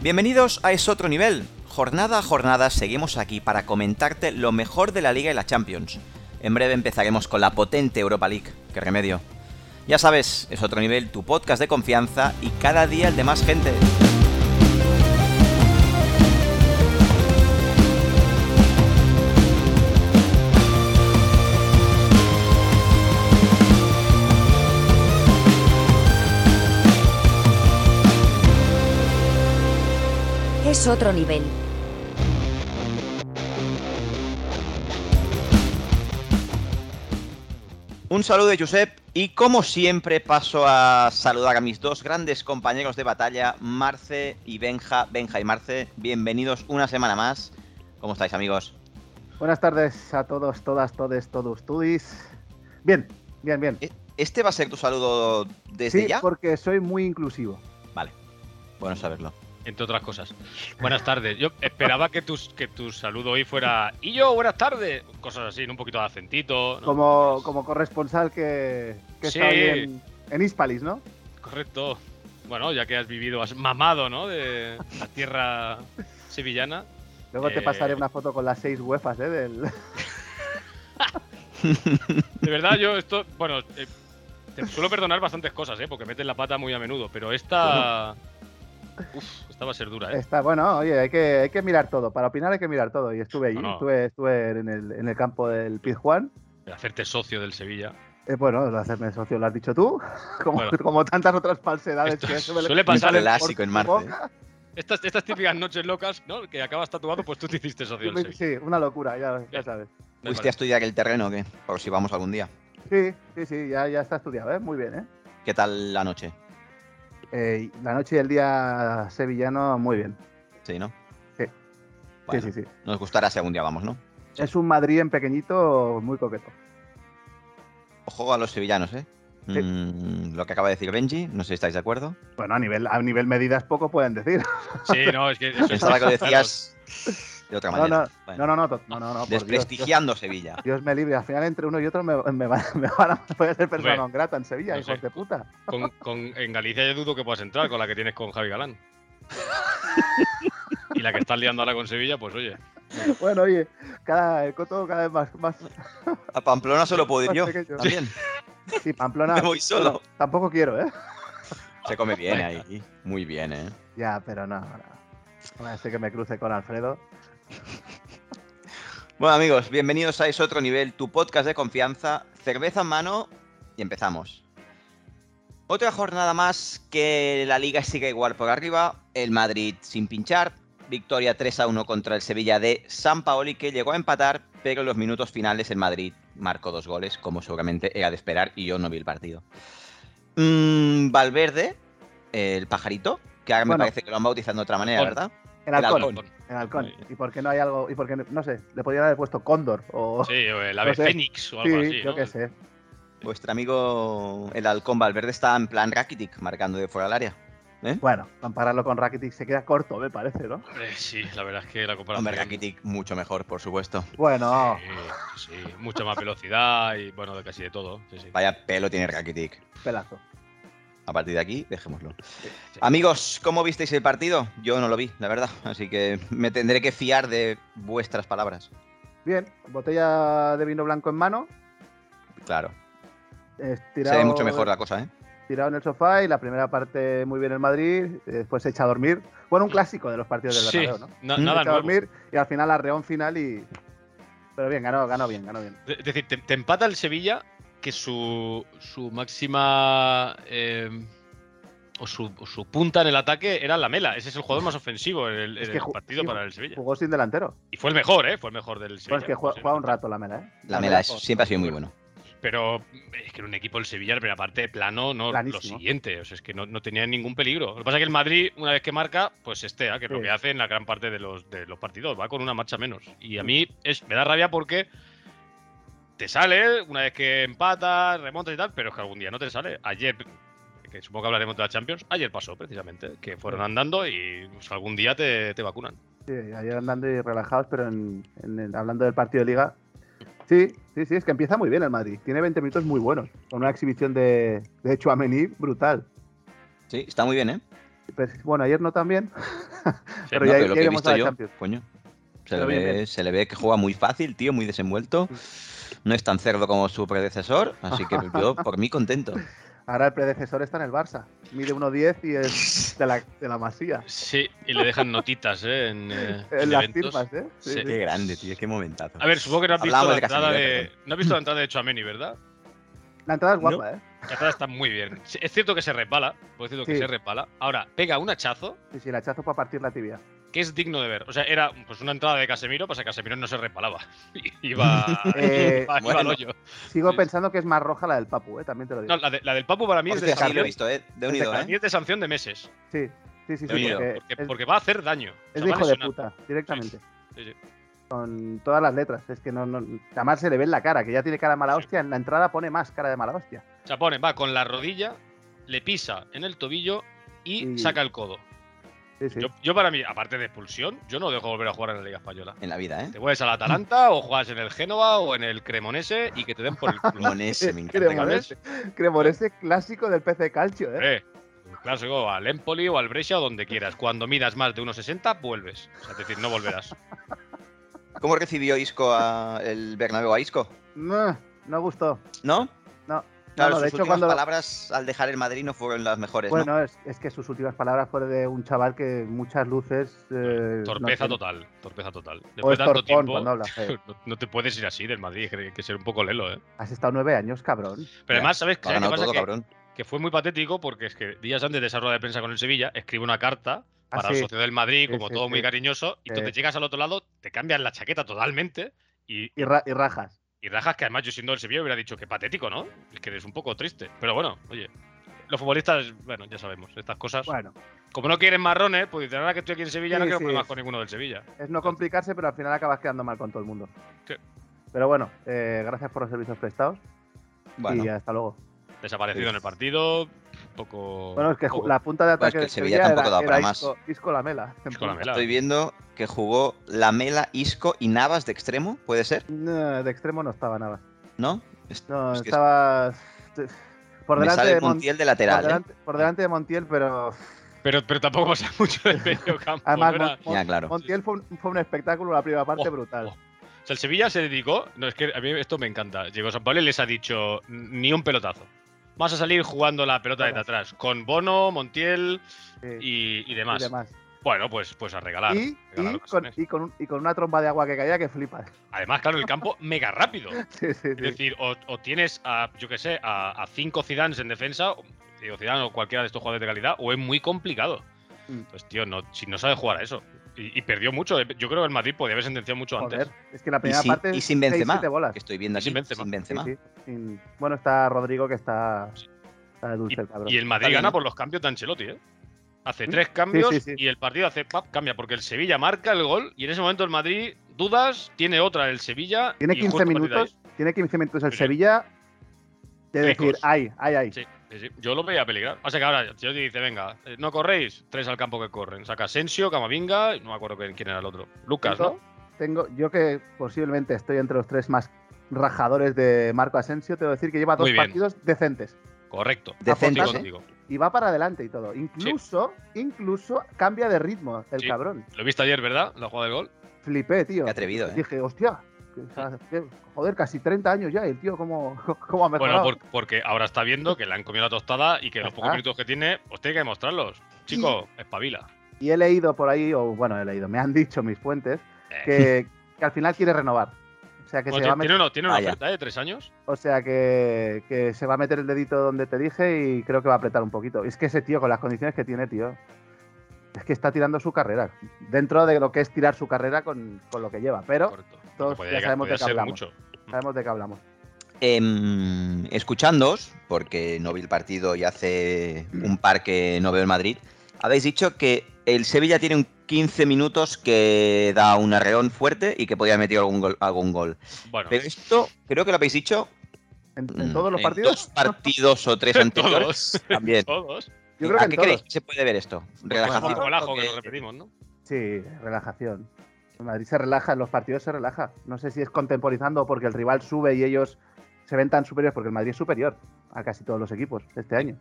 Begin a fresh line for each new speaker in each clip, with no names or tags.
Bienvenidos a Es Otro Nivel. Jornada a jornada seguimos aquí para comentarte lo mejor de la Liga y la Champions. En breve empezaremos con la potente Europa League. ¡Qué remedio! Ya sabes, Es Otro Nivel, tu podcast de confianza y cada día el de más gente.
Es otro nivel.
Un saludo de Josep y como siempre paso a saludar a mis dos grandes compañeros de batalla, Marce y Benja. Benja y Marce, bienvenidos una semana más. ¿Cómo estáis amigos?
Buenas tardes a todos, todas, todes, todos, tudis. Bien, bien, bien.
¿Este va a ser tu saludo desde
Sí,
ya?
porque soy muy inclusivo.
Vale, bueno saberlo.
entre otras cosas. Buenas tardes. Yo esperaba que tus que tu saludo hoy fuera y yo buenas tardes, cosas así, ¿no? un poquito de acentito, ¿no? pues.
Como, como corresponsal que, que
Sí.
está ahí en, en Hispalis, ¿no?
correcto. Bueno, ya que has vivido, has mamado, ¿no? De la tierra sevillana.
Luego te
Eh.
pasaré una foto con las seis huefas, ¿eh? Del...
De verdad, yo esto, bueno, eh, te suelo perdonar bastantes cosas, ¿eh? Porque metes la pata muy a menudo, pero esta, uf, esta va a ser dura, ¿eh?
Está, bueno, oye, hay que, hay que mirar todo. Para opinar hay que mirar todo. Y estuve allí,
No, no.
estuve, estuve en, el, en el campo del Pizjuán.
De hacerte socio del Sevilla.
Eh, bueno, lo hacerme socio lo has dicho tú, como,
Bueno.
como tantas otras falsedades
Esto
que
suele
me
pasar.
salen por
Clásico en ¿eh?
tu
Marte.
boca.
Estas, estas típicas noches locas, ¿no? Que acabas tatuado, pues tú te hiciste socio del Sevilla.
Sí, una locura, ya, ya sabes.
Me
¿Fuiste a estudiar el terreno o qué? Por si vamos algún día.
Sí, sí, sí, ya, ya está estudiado, ¿eh? Muy bien, ¿eh?
¿Qué tal la noche?
Eh, La noche y el día sevillano, muy bien.
Sí, ¿no?
Sí.
Bueno,
Sí, sí, sí.
Nos gustará si algún día vamos, ¿no?
Es un Madrid en pequeñito muy coqueto.
Ojo a los sevillanos, ¿eh?
Sí.
Mm, lo que acaba de decir Benji, no sé si estáis de acuerdo.
Bueno, a nivel, a nivel medidas poco pueden decir.
parece. Sí, no, es que eso es-
Pensaba que lo decías de otra
No,
manera.
no,
Bueno,
no, no, no, to- no, no, no, por Dios, Dios,
desprestigiando Sevilla.
Dios me libre, al final entre uno y otro me, me van, me van a poder ser persona
Hombre,
non grata en Sevilla,
no sé.
hijos de puta.
Con, con- en Galicia yo dudo que puedas entrar con la que tienes con Javi Galán. y la que estás liando ahora con Sevilla, pues oye.
Bueno, oye, cada, el coto cada vez más, más,
A Pamplona solo puedo ir yo.
Más pequeño. Ah,
También.
Sí, Pamplona.
Me voy solo.
bueno, tampoco quiero, ¿eh?
Se come bien ahí. Muy bien, ¿eh?
Ya, pero no. no. No me hace que me cruce con Alfredo.
Bueno, amigos, bienvenidos a Es Otro Nivel, tu podcast de confianza. Cerveza en mano y empezamos. Otra jornada más que la liga sigue igual por arriba. El Madrid sin pinchar. Victoria 3 a 1 contra el Sevilla de San Paoli que llegó a empatar, pero en los minutos finales el Madrid marcó dos goles, como seguramente era de esperar y yo no vi el partido. Mm, Valverde, el pajarito, que ahora
Bueno.
me parece que lo han bautizado de otra manera,
Bueno.
¿verdad?
El
El
halcón.
halcón.
El halcón.
Muy
Y porque no hay algo. Y porque, no sé, le podrían haber puesto cóndor o.
Sí, o el ave
No sé.
Fénix o algo
Sí,
así.
yo
¿no?
qué sé.
Vuestro amigo el halcón Valverde está en plan Rakitic, marcando de fuera del área.
Bueno, compararlo con Rakitic se queda corto, me parece, ¿no?
Hombre, sí, la verdad es que la comparación.
Hombre, Rakitic mucho mejor, por supuesto.
Bueno,
Sí, sí, mucha más velocidad y bueno, de casi de todo. Sí, sí.
Vaya pelo tiene Rakitic.
pelazo.
A partir de aquí, dejémoslo.
sí.
Ah, Amigos, ¿cómo visteis el partido? Yo no lo vi, la verdad. Así que me tendré que fiar de vuestras palabras.
Bien, botella de vino blanco en mano. eh,
Claro.
Estirado,
Se ve mucho mejor la cosa, ¿eh?
estirado en el sofá y la primera parte muy bien en Madrid. eh, Después se echa a dormir. Bueno, un clásico de los partidos del
Sí,
Bernabéu, ¿no?
na-
Mm.
Se echa
nada
a
nuevo.
dormir y al final arreón final y. Pero bien, ganó, ganó bien, ganó bien.
De- Es decir, te, te empata el Sevilla, que su, su máxima. eh, o, su, o su punta en el ataque era la mela. Ese es el jugador más ofensivo en el,
Es
en
que
el
ju-
partido
sí,
para el Sevilla.
Jugó sin delantero.
Y fue el mejor, ¿eh? Fue el mejor del Sevilla.
Bueno, es que juega,
Sí.
juega un rato la mela, ¿eh?
La mela es- siempre ha sido muy bueno.
Pero es que era un equipo del Sevilla, la primera parte, plano, no
Planísimo.
lo siguiente. O sea, es que no, no tenía ningún peligro. Lo que pasa es que el Madrid, una vez que marca, pues estea, que es lo
Sí.
que hace en la gran parte de los, de los partidos, va con una marcha menos. Y a mí es, me da rabia porque te sale una vez que empatas, remontas y tal, pero es que algún día no te sale. Ayer, que supongo que hablaremos de la Champions, ayer pasó precisamente, que fueron
Sí.
andando y pues, algún día te, te vacunan.
Sí, ayer andando y relajados, pero en, en el- hablando del partido de liga. Sí, sí, sí, es que empieza muy bien el Madrid. Tiene 20 minutos muy buenos, con una exhibición de, de Chouameni brutal.
Sí, está muy bien, ¿eh?
Pero, bueno, ayer no también. pero
No,
ya,
pero lo
ya
que he
iremos a
visto
la
yo,
Champions.
coño. Se
Pero
le,
bien,
ve,
bien. Mm.
se le ve que juega muy fácil, tío, muy desenvuelto. No es tan cerdo como su predecesor, así que yo por mí contento.
Ahora el predecesor está en el Barça. Mide 1.10 y es de la, de la masía.
Sí, y le dejan notitas, ¿eh? En, eh, en
En las
eventos.
firmas, ¿eh? Sí,
Sí.
sí.
Qué grande, tío, qué momentazo.
A ver, supongo que no has visto
Hablábamos
la
de
entrada
Casemiro,
de. No has visto la entrada de Chouameni, ¿verdad?
La entrada es
No.
guapa, ¿eh?
La entrada está muy bien. Sí, Es cierto que se repala, por cierto que
Sí.
se repala. Ahora, pega un hachazo
Sí, sí, el hachazo para partir la tibia.
que es digno de ver. O sea, era pues una entrada de Casemiro, pues a Casemiro no se repalaba. Iba,
Eh,
iba, iba al
bueno.
hoyo.
Sigo
Sí.
pensando que es más roja la del Papu, ¿eh? También te lo digo.
No, la, de- la del Papu para mí es de
Hostia, sí, lo he
sanción.
visto, ¿eh? De
para
unido,
mí
¿eh?
es de sanción de meses.
Sí, sí, sí, sí.
Te lo digo,
Porque
Porque,
es,
porque va a hacer daño.
es de
O sea, va a
hijo de
lesionar.
puta, directamente.
Sí, sí.
Con todas las letras. Es que no, no. Además se le ve en la cara, que ya tiene cara de mala
Sí.
hostia. En la entrada pone más cara de mala hostia.
O sea, pone, va con la rodilla, le pisa en el tobillo y
Y-
saca el codo.
Sí, sí.
Yo, yo para mí, aparte de expulsión, yo no dejo volver a jugar en la Liga Española.
En la vida, ¿eh?
Te vuelves al Atalanta o juegas en el Génova o en el Cremonese y que te den por el culo.
Cremonese, me encanta.
Cremonese, ¿eh? Cremonese clásico del PC Calcio, ¿eh?
Eh, clásico, al Empoli o al Brescia o donde quieras. Cuando midas más de 1,60, vuelves. O sea, es decir, no volverás.
Cabrera. ¿Cómo recibió Isco a- el Bernabéu a Isco?
No, no gustó.
¿No?
No.
Claro,
no, no,
sus
de hecho,
últimas
cuando.
palabras al dejar el Madrid no fueron las mejores, ¿no?
Bueno, es, es que sus últimas palabras fueron de un chaval que muchas luces. eh,
Torpeza
no sé,
total, torpeza total.
O
Después
es
de tanto
torpón
tiempo,
cuando habla. eh.
no, no te puedes ir así del Madrid, que hay que ser un poco lelo, ¿eh?
Has estado nueve años, cabrón.
Pero además, ¿sabes
Ha
¿sabes qué
ganado
pasa?
todo,
Que,
cabrón.
que fue muy patético porque es que días antes de esa rueda de prensa con el Sevilla, escribe una carta
Ah,
para
sí.
el socio del Madrid,
Sí,
como
sí,
todo muy
sí.
cariñoso, y tú
Sí.
te llegas al otro lado, te cambias la chaqueta totalmente y,
Y, ra- y rajas.
y rajas que además yo siendo del Sevilla hubiera dicho que patético, ¿no? Es que eres un poco triste. Pero bueno, oye, los futbolistas, bueno, ya sabemos, estas cosas.
Bueno,
Como no quieren marrones, pues dicen, ahora que estoy aquí en Sevilla, no
Sí,
quiero
sí.
problemas con ninguno del Sevilla.
es no complicarse, pero al final acabas quedando mal con todo el mundo.
Sí.
Pero bueno, eh, gracias por los servicios prestados y
Bueno,
hasta luego.
Desaparecido
Sí.
en el partido, poco.
Bueno, es que ju-
poco-
la punta de
Bueno, es
ataque
que
de
el Sevilla tampoco da para más.
Isco, Isco Lamela.
Isco Lamela.
estoy viendo que jugó Lamela, Isco y Navas de extremo, ¿puede ser?
No, de extremo no estaba nada.
¿No? Es-
No,
es que
estaba por
me
delante
sale
de Mon-
Montiel de
por
lateral, ¿eh?
delante, por delante de Montiel, pero
Pero, pero tampoco pasa mucho del medio campo.
además
no era-
Mon-
¿eh? Ya, claro.
Montiel fue un, fue un espectáculo la primera parte
Oh,
brutal.
oh. O sea, el Sevilla se dedicó. No, es que a mí esto me encanta. Llegó San Pablo y les ha dicho ni un pelotazo. Vas a salir jugando la pelota desde atrás. Con Bono, Montiel
sí,
y, y
y
demás.
demás.
Bueno, pues, pues a regalar.
Y-
regalar
y con,
ocasiones.
y con un- y con una tromba de agua que caía que flipas.
Además, claro, el campo mega rápido.
Sí, sí, sí.
Es decir, o, o tienes a, yo qué sé, a, a cinco Zidans en defensa, o- digo Zidane o cualquiera de estos jugadores de calidad, o es muy complicado.
Mm.
Entonces, tío, no, si no sabe jugar a eso. Y, y perdió mucho. eh. Yo creo que el Madrid podía haber sentenciado mucho
Joder,
antes.
es que la
Y
primera
sin,
parte
y sin
seis,
Benzema,
siete bolas.
que estoy viendo
Y sin
aquí,
Benzema.
sin Benzema.
Sí, sí, sin- Bueno, está Rodrigo que está,
Sí.
está
Y,
dulce el cabrón.
y el Madrid
Está bien,
gana
¿eh?
por los cambios de Ancelotti, ¿eh? Hace
Sí,
tres cambios
sí, sí.
y el partido hace pap, cambia, porque el Sevilla marca el gol y en ese momento el Madrid dudas, tiene otra el Sevilla.
Tiene
y justo
15
a partir de ahí-
minutos. Tiene 15 minutos el
Sí, sí.
Sevilla. De
Ricos.
decir, ay, ay, ay.
Sí, sí, sí. yo lo veía peligrar. O sea que ahora yo te dice, venga, eh, no corréis, tres al campo que corren. Saca Asensio, Camavinga, y no me acuerdo quién quién era el otro. Lucas, ¿no?
Tengo- Tengo, yo que posiblemente estoy entre los tres más rajadores de Marco Asensio, te voy a decir que lleva dos
Muy bien.
partidos decentes.
Correcto.
Decentes,
Estoy
¿eh?
contigo.
Y va para adelante y todo. Incluso, incluso cambia de ritmo el
Sí.
cabrón.
Lo viste ayer, ¿verdad? La jugada del gol.
Flipé, tío.
Qué atrevido, ¿eh?
Dije, hostia, que- o sea, que- joder, casi 30 años ya, y el tío cómo, cómo ha
Bueno,
mejorado.
por- porque ahora está viendo que le han comido la tostada y que
Ya
los
está.
pocos minutos que tiene, os tiene que demostrarlos. Chico, espabila.
Y he leído por ahí, o bueno, he leído, me han dicho mis fuentes,
Eh. Pues
que, que al final quiere renovar. O sea que,
Bueno,
se va, a
tiene,
met-
una, tiene una
Vaya.
oferta de tres años.
o sea que, que se va a meter el dedito donde te dije y creo que va a apretar un poquito. Es que ese tío, con las condiciones que tiene, tío, es que está tirando su carrera. Dentro de lo que es tirar su carrera con, con lo que lleva. Pero
Correcto.
todos
Podía
ya
llegar-
sabemos de
podía
qué
ser
hablamos.
mucho.
sabemos de qué hablamos.
Em, escuchándoos, porque no vi el partido y hace un par que no veo el Madrid, habéis dicho que el Sevilla tiene un 15 minutos que da un arreón fuerte y que podía haber metido algún gol. Algún gol.
Bueno,
Pero esto creo que lo habéis dicho
¿En, en
mm,
todos los
en
partidos?
Dos partidos o tres anteriores.
todos.
También.
Todos. Pues
Yo creo
¿A
que en
qué
todos.
creéis que se puede ver esto?
Como
¿Relajación?
relajo, que
Porque-
lo repetimos, ¿no?
Sí, relajación. El Madrid se relaja, en los partidos se relaja. No sé si es contemporizando porque el rival sube y ellos se ven tan superiores, porque el Madrid es superior a casi todos los equipos este año.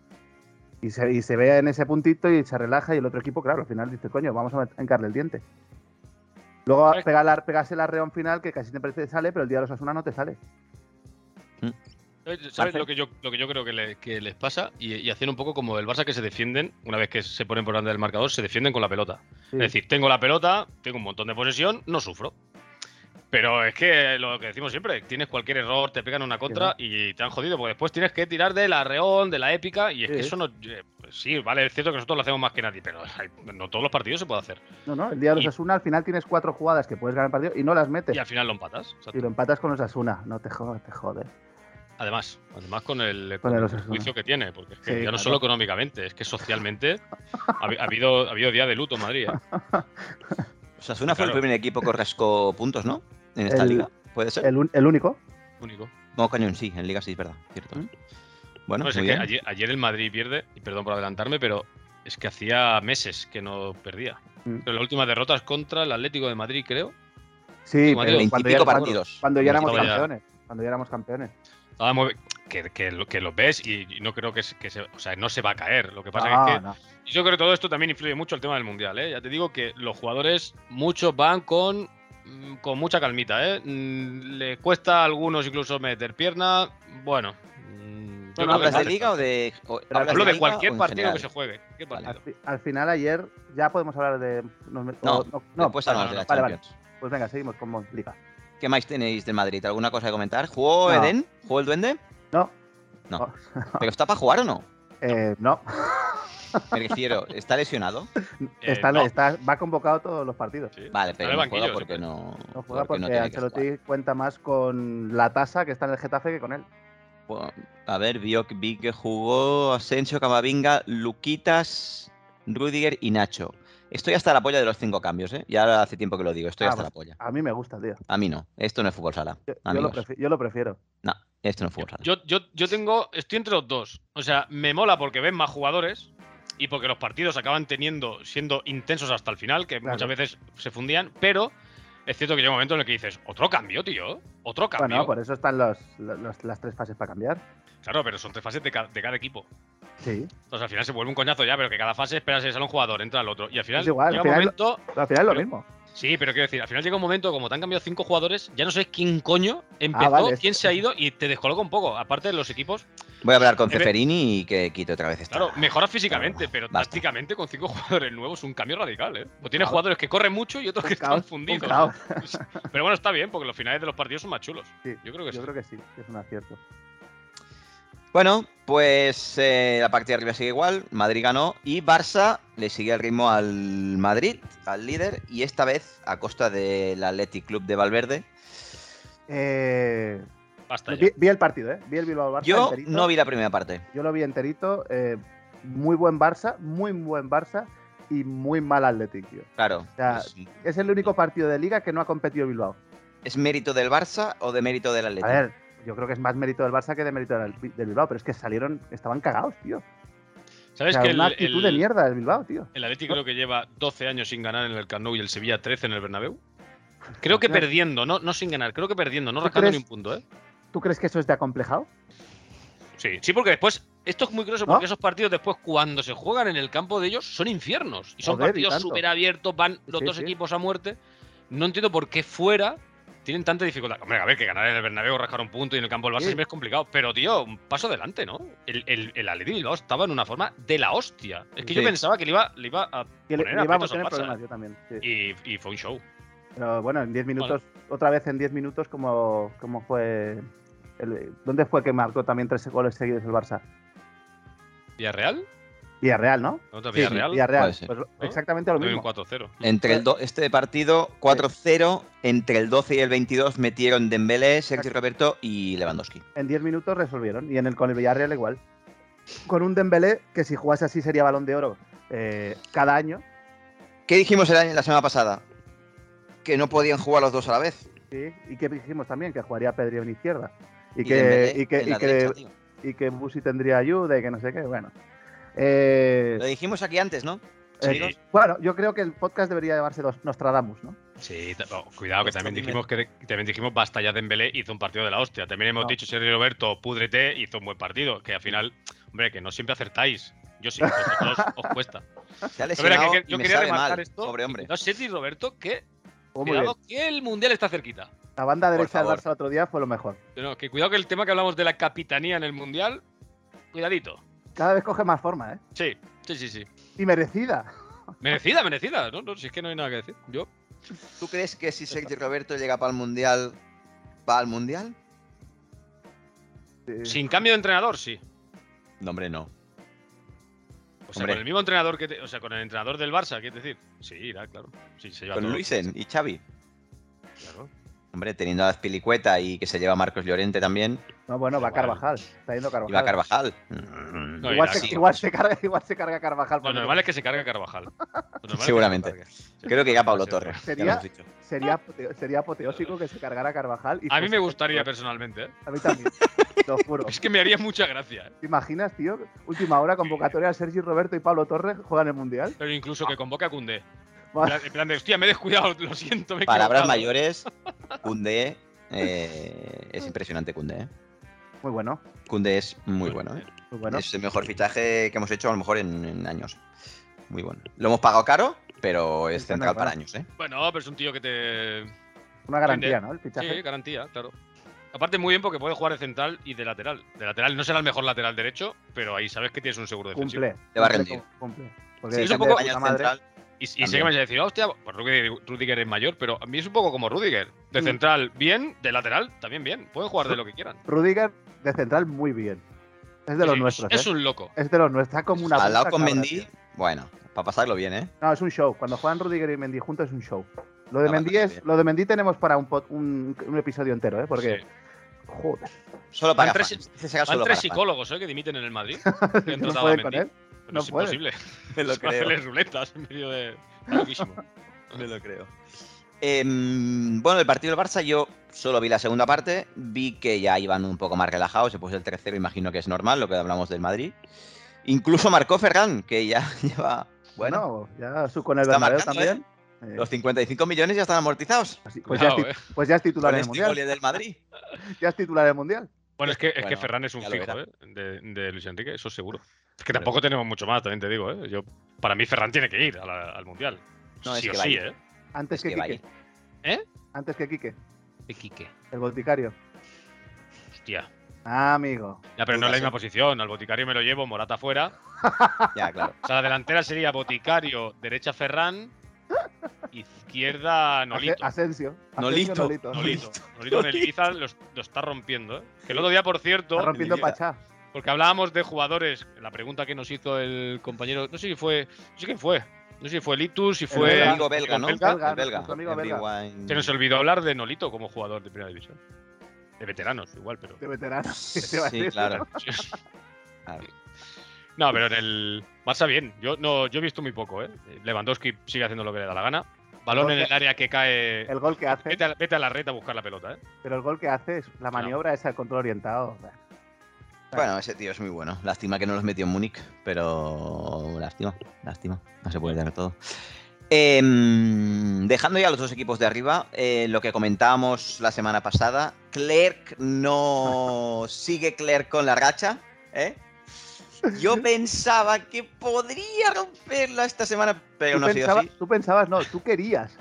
Y se, y se ve en ese puntito y se relaja y el otro equipo, claro, al final dice, coño, vamos a encarle el diente. Luego
Ay.
pega la- pegas el arreón final que casi siempre te sale, pero el día de los Asuna no te sale.
Eh, ¿Sabes ¿sabes
Marcel.
lo que yo, lo que yo creo que, le- que les pasa? Y, y haciendo un poco como el Barça que se defienden, una vez que se ponen por delante del marcador, se defienden con la pelota.
Sí.
Es decir, tengo la pelota, tengo un montón de posesión, no sufro. Pero es que lo que decimos siempre, tienes cualquier error, te pegan una contra y te han jodido, porque después tienes que tirar del arreón, de la épica, y es que
Sí.
eso no... eh, Sí, vale, es cierto que nosotros lo hacemos más que nadie, pero ay, no todos los partidos se puede hacer.
No, no, el día de los
Y-
Asuna al final tienes cuatro jugadas que puedes ganar el partido y no las metes.
Y al final lo empatas. exacto.
Y lo empatas con los Asuna. No te jodas, te jodes.
Además, además con el,
Con
con
el
el
Osasuna.
perjuicio que tiene, porque es que
Sí,
ya no
claro.
solo económicamente, es que socialmente ha, ha habido, ha habido día de luto en Madrid. ¿eh?
Osasuna fue
Claro.
el primer equipo que rascó puntos, ¿no? En esta
El-
liga, ¿puede ser?
El, un- el único.
Único.
No, cañón, sí, en liga sí, es verdad, cierto.
¿Mm?
Bueno,
No, Pues es
muy
que
bien.
ayer, ayer el Madrid pierde, y perdón por adelantarme, pero es que hacía meses que no perdía.
Mm.
Pero la última derrota es contra el Atlético de Madrid, creo.
Sí,
Como
pero
digo,
Veintipico
cuando ya, éramos-
partidos.
cuando ya éramos
Estaba ya-
campeones. Cuando ya éramos campeones.
Estaba muy- que, que, lo- que lo ves y, y no creo que, se- que se, o sea, no se va a caer. Lo que pasa
No,
que es que
no.
Y Yo creo que todo esto también influye mucho el tema del mundial, ¿eh? Ya te digo que los jugadores, muchos van con, mm, con mucha calmita, ¿eh? Mm, Le cuesta a algunos incluso meter pierna. Bueno. mm, yo creo
Bueno,
que
¿Hablas de
antes-
liga o de.? o- hablas
Hablo de
liga o
cualquier
en
partido que se
general?
juegue. ¿Qué partido?
Al, fi- al final ayer ya podemos hablar de... nos me-
No,
o- no,
Después hablamos
no,
de la
no, vale,
Champions.
Pues venga, seguimos con Mon- Liga.
¿Qué más tenéis del Madrid? ¿Alguna cosa que comentar? ¿Jugó
No.
Eden? ¿Jugó el Duende?
No.
No.
No.
¿Pero está para jugar o no?
Eh, no,
Me refiero, ¿está lesionado?
está,
Eh, no.
está- va convocado todos los partidos.
Sí.
Vale, pero
Sale
no
banquillo
juega porque
siempre.
no.
No juega porque,
tiene que
Ancelotti cuenta más con la tasa que está en el Getafe que con él.
jugar. Pues, A ver, vio, vi que jugó Asensio, Camavinga, Luquitas, Rudiger y Nacho. Estoy hasta la polla de los cinco cambios, ¿eh? Ya hace tiempo que lo digo, estoy
Ah,
hasta
pues.
la polla.
A mí me gusta, tío.
A mí no, esto no es fútbol sala.
Yo, yo lo,
Amigos.
prefi- yo lo prefiero.
No, esto no es fútbol sala.
Yo, yo, yo tengo, estoy entre los dos. O sea, me mola porque ven más jugadores y porque los partidos acaban teniendo, siendo intensos hasta el final, que
Claro.
muchas veces se fundían, pero es cierto que llega un momento en el que dices, otro cambio, tío, otro cambio.
Bueno, por eso están los- los- las tres fases para cambiar.
Claro, pero son tres fases de ca- de cada, equipo.
Sí.
Entonces al final se vuelve un coñazo ya, pero que cada fase esperas que sale un jugador, entra el otro. Y al final
Es igual,
llega
al
un
final-
momento.
Al final es lo
Pero-
mismo.
Sí, pero quiero decir, al final llega un momento, como te han cambiado cinco jugadores, ya no sabes quién coño empezó,
vale.
quién se ha ido y te descoloca un poco. Aparte de los equipos,
Voy a hablar con
Eden-
Ceferini y que quite otra vez esta.
claro,
Ah,
mejoras físicamente, pero
basta.
tácticamente con cinco jugadores nuevos un cambio radical, ¿eh? O tienes
Claro.
jugadores que corren mucho y otros
Un
que
caos,
están fundidos.
un caos.
Pero bueno, está bien, porque los finales de los partidos son más chulos.
Sí,
Yo creo que sí.
Yo creo que sí, que es un acierto.
Bueno, pues eh, la parte de arriba sigue igual. Madrid ganó y Barça le sigue el ritmo al Madrid, al líder, y esta vez a costa del Athletic Club de Valverde.
Eh,
Basta ya.
vi, vi el partido, ¿eh? Vi el Bilbao Barça.
Yo
enterito.
no vi la primera parte.
Yo lo vi enterito. eh, muy buen Barça, muy buen Barça y muy mal Atlético.
Claro.
Ya.
Es,
Es el único partido de liga que no ha competido Bilbao.
¿es mérito del Barça o de mérito del
A
Athletic?
ver, yo creo que es más mérito del Barça que de mérito del, del Bilbao, pero es que salieron, estaban cagados, tío. O
¿Sabes
sea,
que el,
una actitud
el,
de mierda del Bilbao, tío.
el Atlético creo que lleva 12 años sin ganar en el Camp Nou y el Sevilla 13 en el Bernabéu? Creo que
Hostia.
perdiendo, no, no sin ganar, creo que perdiendo, no
¿Tú
rascando ni
crees?
un punto, ¿eh?
¿Tú crees que eso es de acomplejado?
Sí, sí, porque después, esto es muy curioso,
¿No?
porque esos partidos después, cuando se juegan en el campo de ellos, son infiernos. Y son
Joder, y
partidos
tanto.
súper abiertos, van los
Sí,
dos
sí.
equipos a muerte. No entiendo por qué fuera tienen tanta dificultad. Hombre, a ver, que ganar en el Bernabéu, rascar un punto y en el campo del Barça
Sí.
siempre es complicado. Pero, tío, un paso adelante, ¿no? El, el, el Athletic Bilbao estaba en una forma de la hostia. Es que yo
Sí.
pensaba que le iba, le iba a
Que le,
poner
le íbamos a
aprietos
tener
al Barça,
problemas, yo también. sí.
¿eh? y, y fue un show.
Pero bueno, en 10 minutos, otra vez en 10 minutos, como, como fue. el- eh, ¿Dónde fue que marcó también 13 goles seguidos el Barça?
¿Villarreal?
Villarreal, ¿no?
¿Otra
Sí, sí,
Villarreal?
puede
Villarreal.
ser.
Pues exactamente lo
Doy un
mismo.
4-0.
Entre
eh,
el do- este partido 4-0, entre el 12 y el 22 metieron Dembélé, Sergio Roberto y Lewandowski.
En 10 minutos resolvieron. Y en el con el Villarreal igual. Con un Dembélé que si jugase así sería balón de oro eh, cada año.
¿Qué dijimos el año- la semana pasada? Que no podían jugar los dos a la vez.
¿sí? Y que dijimos también que jugaría Pedri en izquierda. Y,
Y
que,
Dembélé
y, que,
en
y,
la
que,
derecha, tío.
y que Busi tendría ayuda y que no sé qué. Bueno. Eh,
Lo dijimos aquí antes, ¿no?
Sí.
Amigos.
bueno, yo creo que el podcast debería llamarse los Nostradamus, ¿no?
Sí, ta- oh, cuidado que
Esto
también
dime.
dijimos que también dijimos basta ya Dembélé hizo un partido de la
Ah.
hostia. También hemos
No.
dicho Sergio Roberto, púdrete, hizo un buen partido, que al final, hombre, que no siempre acertáis. Yo sí, porque a todos os cuesta.
Se ha
Pero mira,
lesionado
que- que-
y
yo
me
quería
sabe
remarcar
mal,
esto.
pobre hombre.
No sé si Roberto que
Oh, muy bien.
cuidado que el mundial está cerquita.
La banda
Por
derecha del
favor.
Barça otro día fue lo mejor.
Pero no, que cuidado que el tema que hablamos de la capitanía en el mundial, cuidadito.
Cada vez coge más forma, ¿eh?
Sí, sí, sí, sí.
Y merecida.
Merecida, merecida. No, no, si es que no hay nada que decir. Yo
¿Tú crees que si Sergio Roberto llega para el Mundial, va al Mundial?
Sí.
sin cambio de entrenador, sí.
No, hombre, no.
O sea,
Hombre.
con el mismo entrenador que, te- o sea, con el entrenador del Barça, quieres decir. Sí, irá, claro. Sí, se lleva
Con
todo.
Luisen y Xavi.
Claro.
Hombre, teniendo a Azpilicueta y que se lleva a Marcos Llorente también.
No, bueno, va
Igual.
Carvajal. Está yendo Carvajal.
Y va Carvajal.
No,
Mm,
Igual,
irá,
se,
sí.
igual se carga, igual se carga Carvajal.
Lo
porque
normal es que se cargue Carvajal. Lo normal es que se
Seguramente.
cargue. Sí.
Creo que ya Pablo
Sí.
Torres. ya lo
Sería-
hemos dicho.
sería, apoteo- sería apoteósico que se cargara Carvajal. y
A mí
fuese-
me gustaría personalmente. ¿eh?
A mí también. Lo juro.
Es que me haría mucha gracia. ¿eh?
¿Te imaginas, tío? Última hora, convocatoria, Sergi Roberto y Pablo Torres juegan el Mundial.
Pero incluso que convoque a Cundé. En
Vale.
plan- En plan de, hostia, me he descuidado, lo siento. Me he
Palabras
equivocado".
mayores. Cundé. eh, es impresionante Cundé. ¿eh?
Muy bueno,
Cundé es muy bueno. ¿eh?
muy bueno.
Es el mejor fichaje que hemos hecho a lo mejor en, en años. Muy bueno. Lo hemos pagado caro, pero es
Está
central
nada.
para años, ¿eh?
Bueno, pero es un tío que te.
Una garantía, ¿no? El
Sí,
fichaje.
garantía, claro. Aparte, muy bien porque puede jugar de central y de lateral. De lateral no será el mejor lateral derecho, pero ahí sabes que tienes un seguro defensivo.
Cumple.
Te va a
Cumple,
rendir.
Cumple.
Sí,
Porque
es un
depende
poco-
de
España
puta madre.
central,
Y, y sé que me vais a decir, hostia, pues Rudiger, Rudiger es mayor, pero a mí es un poco como Rudiger. De
Mm.
central, bien, de lateral, también bien. Pueden jugar de lo que quieran.
Rudiger, de central, muy bien. Es de los
Sí,
nuestros,
Es
¿eh?
un loco.
Es de los nuestros. Está como una
al lado
puta
con
cabra,
Mendy,
tío.
bueno, para pasarlo bien, ¿eh?
No, es un show. Cuando juegan Rudiger y Mendy juntos es un show. Lo de
Ah,
Mendy
vale,
es,
bien.
lo de Mendy tenemos para un, pod- un, un episodio entero, ¿eh? Porque,
Sí.
joder,
Solo para
Van tres-
fans. Este será
Van
solo
tres
para
psicólogos ¿eh? que dimiten en el Madrid. que han
no
tratado a
pueden con
Mendy.
él.
Pero
no
es
pueden.
imposible.
fans. Me lo
Son hacerles
creo.
ruletas en medio de. Loquísimo.
Me lo creo. Em, bueno, el partido del Barça yo solo vi la segunda parte, vi que ya iban un poco más relajados, se puso el tercero, imagino que es normal, lo que hablamos del Madrid. Incluso marcó Ferran, que ya lleva, bueno,
Bueno, ya su con el
Está
Bernabéu
marcando,
también. Eh,
los 55 millones ya están amortizados.
así- pues, ya
Cuidado,
es, ti-
eh.
pues ya es titular
Con
en el
este gol
mundial.
del Madrid.
Ya es titular en el mundial.
Bueno, es que, es que
Bueno,
Ferran es un
ya lo
fijo
verá.
¿eh? de, de Luis Enrique, eso seguro. Es que tampoco tenemos mucho más, también te digo. ¿eh? Yo, para mí, Ferran tiene que ir a la- al mundial.
No, es
sí o
que
sí,
va a
¿eh?
Antes
Es
que,
que va
Quique.
¿Eh?
Antes que Quique,
De Quique.
el boticario.
Hostia.
Ah, amigo.
Ya, pero no es la misma posición. Al boticario me lo llevo, Morata fuera.
Ya, claro.
O sea, la delantera sería Boticario, derecha Ferran, izquierda Nolito.
Ase- Asensio. Asensio,
Nolito.
Nolito. Nolito en el Ibiza lo, lo está rompiendo. ¿eh? Que el otro día, por cierto,
Está rompiendo
Nolito.
Pachá.
porque hablábamos de jugadores, la pregunta que nos hizo el compañero, no sé si fue, no sé quién fue, no sé si fue Litus, si fue
El
belga.
amigo belga, ¿no?
Belga.
Belga,
El belga.
nuestro amigo belga.
Everyone-
Se nos olvidó hablar de Nolito como jugador de primera división. De veteranos, igual, pero.
De veterano. Te va a
Sí,
decir.
claro. Claro.
No, pero en el Barça bien. Yo no, yo he visto muy poco, ¿eh? Lewandowski sigue haciendo lo que le da la gana. Balón en el área que cae.
El gol que hace,
Vete a, la- vete a la red a buscar la pelota, ¿eh?
pero el gol que hace es la maniobra esa, el control orientado.
Bueno, ese tío es muy bueno. Lástima que no los metió en Múnich, pero lástima, lástima. No se puede tener todo. Em, dejando ya los dos equipos de arriba, eh, lo que comentábamos la semana pasada, Clerc no sigue Clerc con la racha. ¿eh? Yo pensaba que podría romperla esta semana, pero
Tú,
no ha sido
pensabas,
así.
tú pensabas, no, tú querías.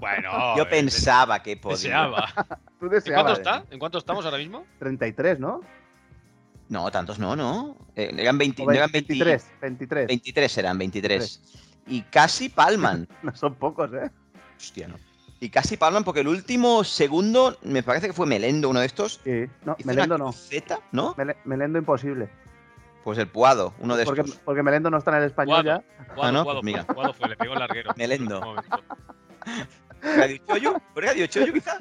Bueno.
Yo
eh,
pensaba que podía.
Deseaba.
Tú
¿En cuánto
deseabas.
está? ¿En cuánto estamos ahora mismo?
33, ¿no?
No, tantos no, no. Eh, eran 20,
O
no eran 20
23, 23.
23 eran, 23. Y casi palman.
No son pocos, ¿eh?
Hostia, no. Y casi palman porque el último segundo, me parece que fue Melendo, uno de estos.
Sí. No,
hizo
Melendo
una
no.
cruceta, ¿no?
Mele- Melendo imposible.
Pues el Puado, uno de
Porque,
estos.
porque Melendo no está en el español
Guado.
ya.
Ah,
Guado,
no,
Guado
pues mira.
fue, Guado fue, le pegó el larguero.
Melendo.
En un momento.
Radio Choyo, Radio Choyo quizás.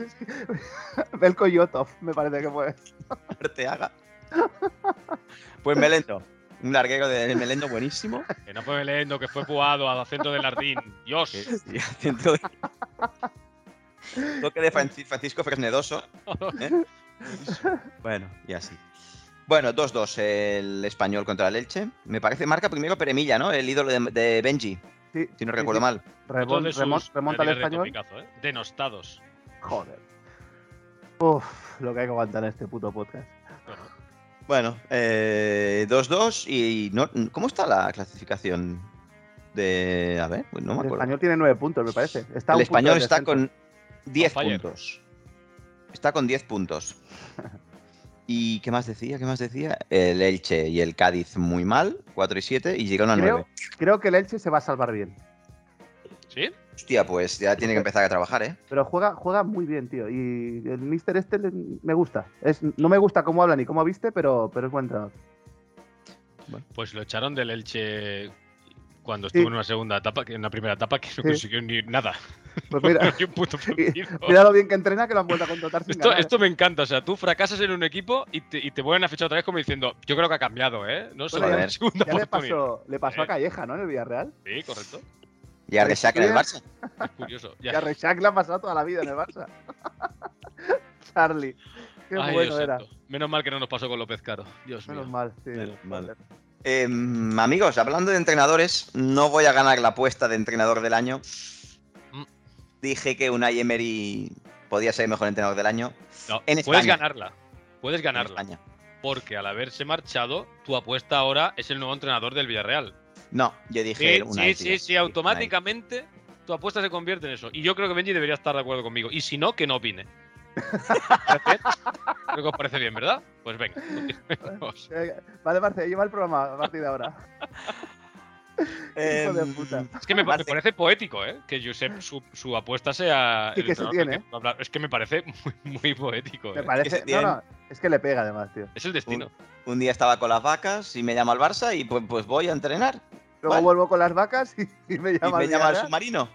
Belko Yotov, me parece que fue.
Arteaga. Pues Melendo. Un larguero de Melendo buenísimo.
Que no fue Melendo, que fue Guado, al acento del Ardín. Dios.
Y acento de- Toque de Franci- Francisco Fresnedoso. ¿eh? Bueno, y así. Bueno, 2-2 el español contra el Elche. Me parece, marca primero Peremilla, ¿no? El ídolo de, de Benji,
Sí,
si no
sí,
recuerdo
sí.
mal.
Remon-
Otro de sus
remon- remonta al
realidades de
español.
comicazo, ¿eh? Denostados.
Joder. Uf, lo que hay que aguantar en este puto podcast.
Bueno, eh, 2-2 y no- ¿cómo está la clasificación de a ver, pues no me
El
acuerdo.
español tiene nueve puntos, me parece. Está a
El
un punto
español
del
está
descenso.
con 10
On fire.
puntos. Está con 10 puntos. ¿Y qué más decía? ¿Qué más decía? El Elche y el Cádiz muy mal, 4 y 7, y llegaron a
Creo,
9.
creo que el Elche se va a salvar bien.
¿Sí?
Hostia, pues ya tiene que empezar a trabajar, ¿eh?
Pero juega, juega muy bien, tío. Y el Mister este le- me gusta. Es, no me gusta cómo habla ni cómo viste, pero, pero es buen entrenador.
Pues lo echaron del Elche cuando
Sí.
estuvo en una segunda etapa, que en una primera etapa que no
Sí.
consiguió ni nada.
Pues mira,
Ni un punto perdido.
mira lo bien que entrena que lo han vuelto a contratar sin
Esto,
ganar, ¿eh?
esto me encanta, o sea, tú fracasas en un equipo y te, y te vuelven a fichar otra vez como diciendo, yo creo que ha cambiado, ¿eh? No sé,
Bueno,
ya-
una segunda
Ya le
oportunidad.
pasó, le pasó
Eh.
a Calleja, ¿no? En el Villarreal.
Sí, correcto.
Y a
Vale,
Resaca
si
del
quieres-
Barça.
Es curioso. Ya.
Y a Rexach le ha pasado toda la vida en el Barça. Charlie. Qué
Ay,
bueno
Dios
era.
santo. Menos mal que no nos pasó con López Caro. Dios mío.
Menos mal, sí.
Menos
mal. Em, amigos, hablando de entrenadores, no voy a ganar la apuesta de entrenador del año.
Mm.
Dije que Unai Emery podía ser mejor entrenador del año.
No,
En
puedes
España.
ganarla. Puedes
en
ganarla.
España.
Porque al haberse marchado, tu apuesta ahora es el nuevo entrenador del Villarreal.
No, yo dije
Sí,
Unai.
sí,
tío.
sí, sí,
Dije Unai.
automáticamente tu apuesta se convierte en eso. Y yo creo que Benji debería estar de acuerdo conmigo. Y si no, que no opine. Parece- creo que os parece bien, ¿verdad? Pues venga. continuemos.
Eh, Vale, Marce, lleva el programa a partir de ahora. Hijo de
Em,
puta.
Es que me, pa- me
Marce.
parece poético, ¿eh? Que Josep, su, su apuesta sea.
Sí,
Ah, el
que se
entrenador
tiene. ¿eh?
del que va a hablar. Es que me parece muy, muy poético.
Me
¿eh?
Es
parece.
que
No,
tiene-
no, es que le pega además, tío.
Es el destino.
Un día estaba con las vacas y me llama el Barça y pues, pues voy a entrenar.
Luego
Vale.
vuelvo con las vacas y, y me
Y me
llama, el
llama el
Villarreal.
submarino.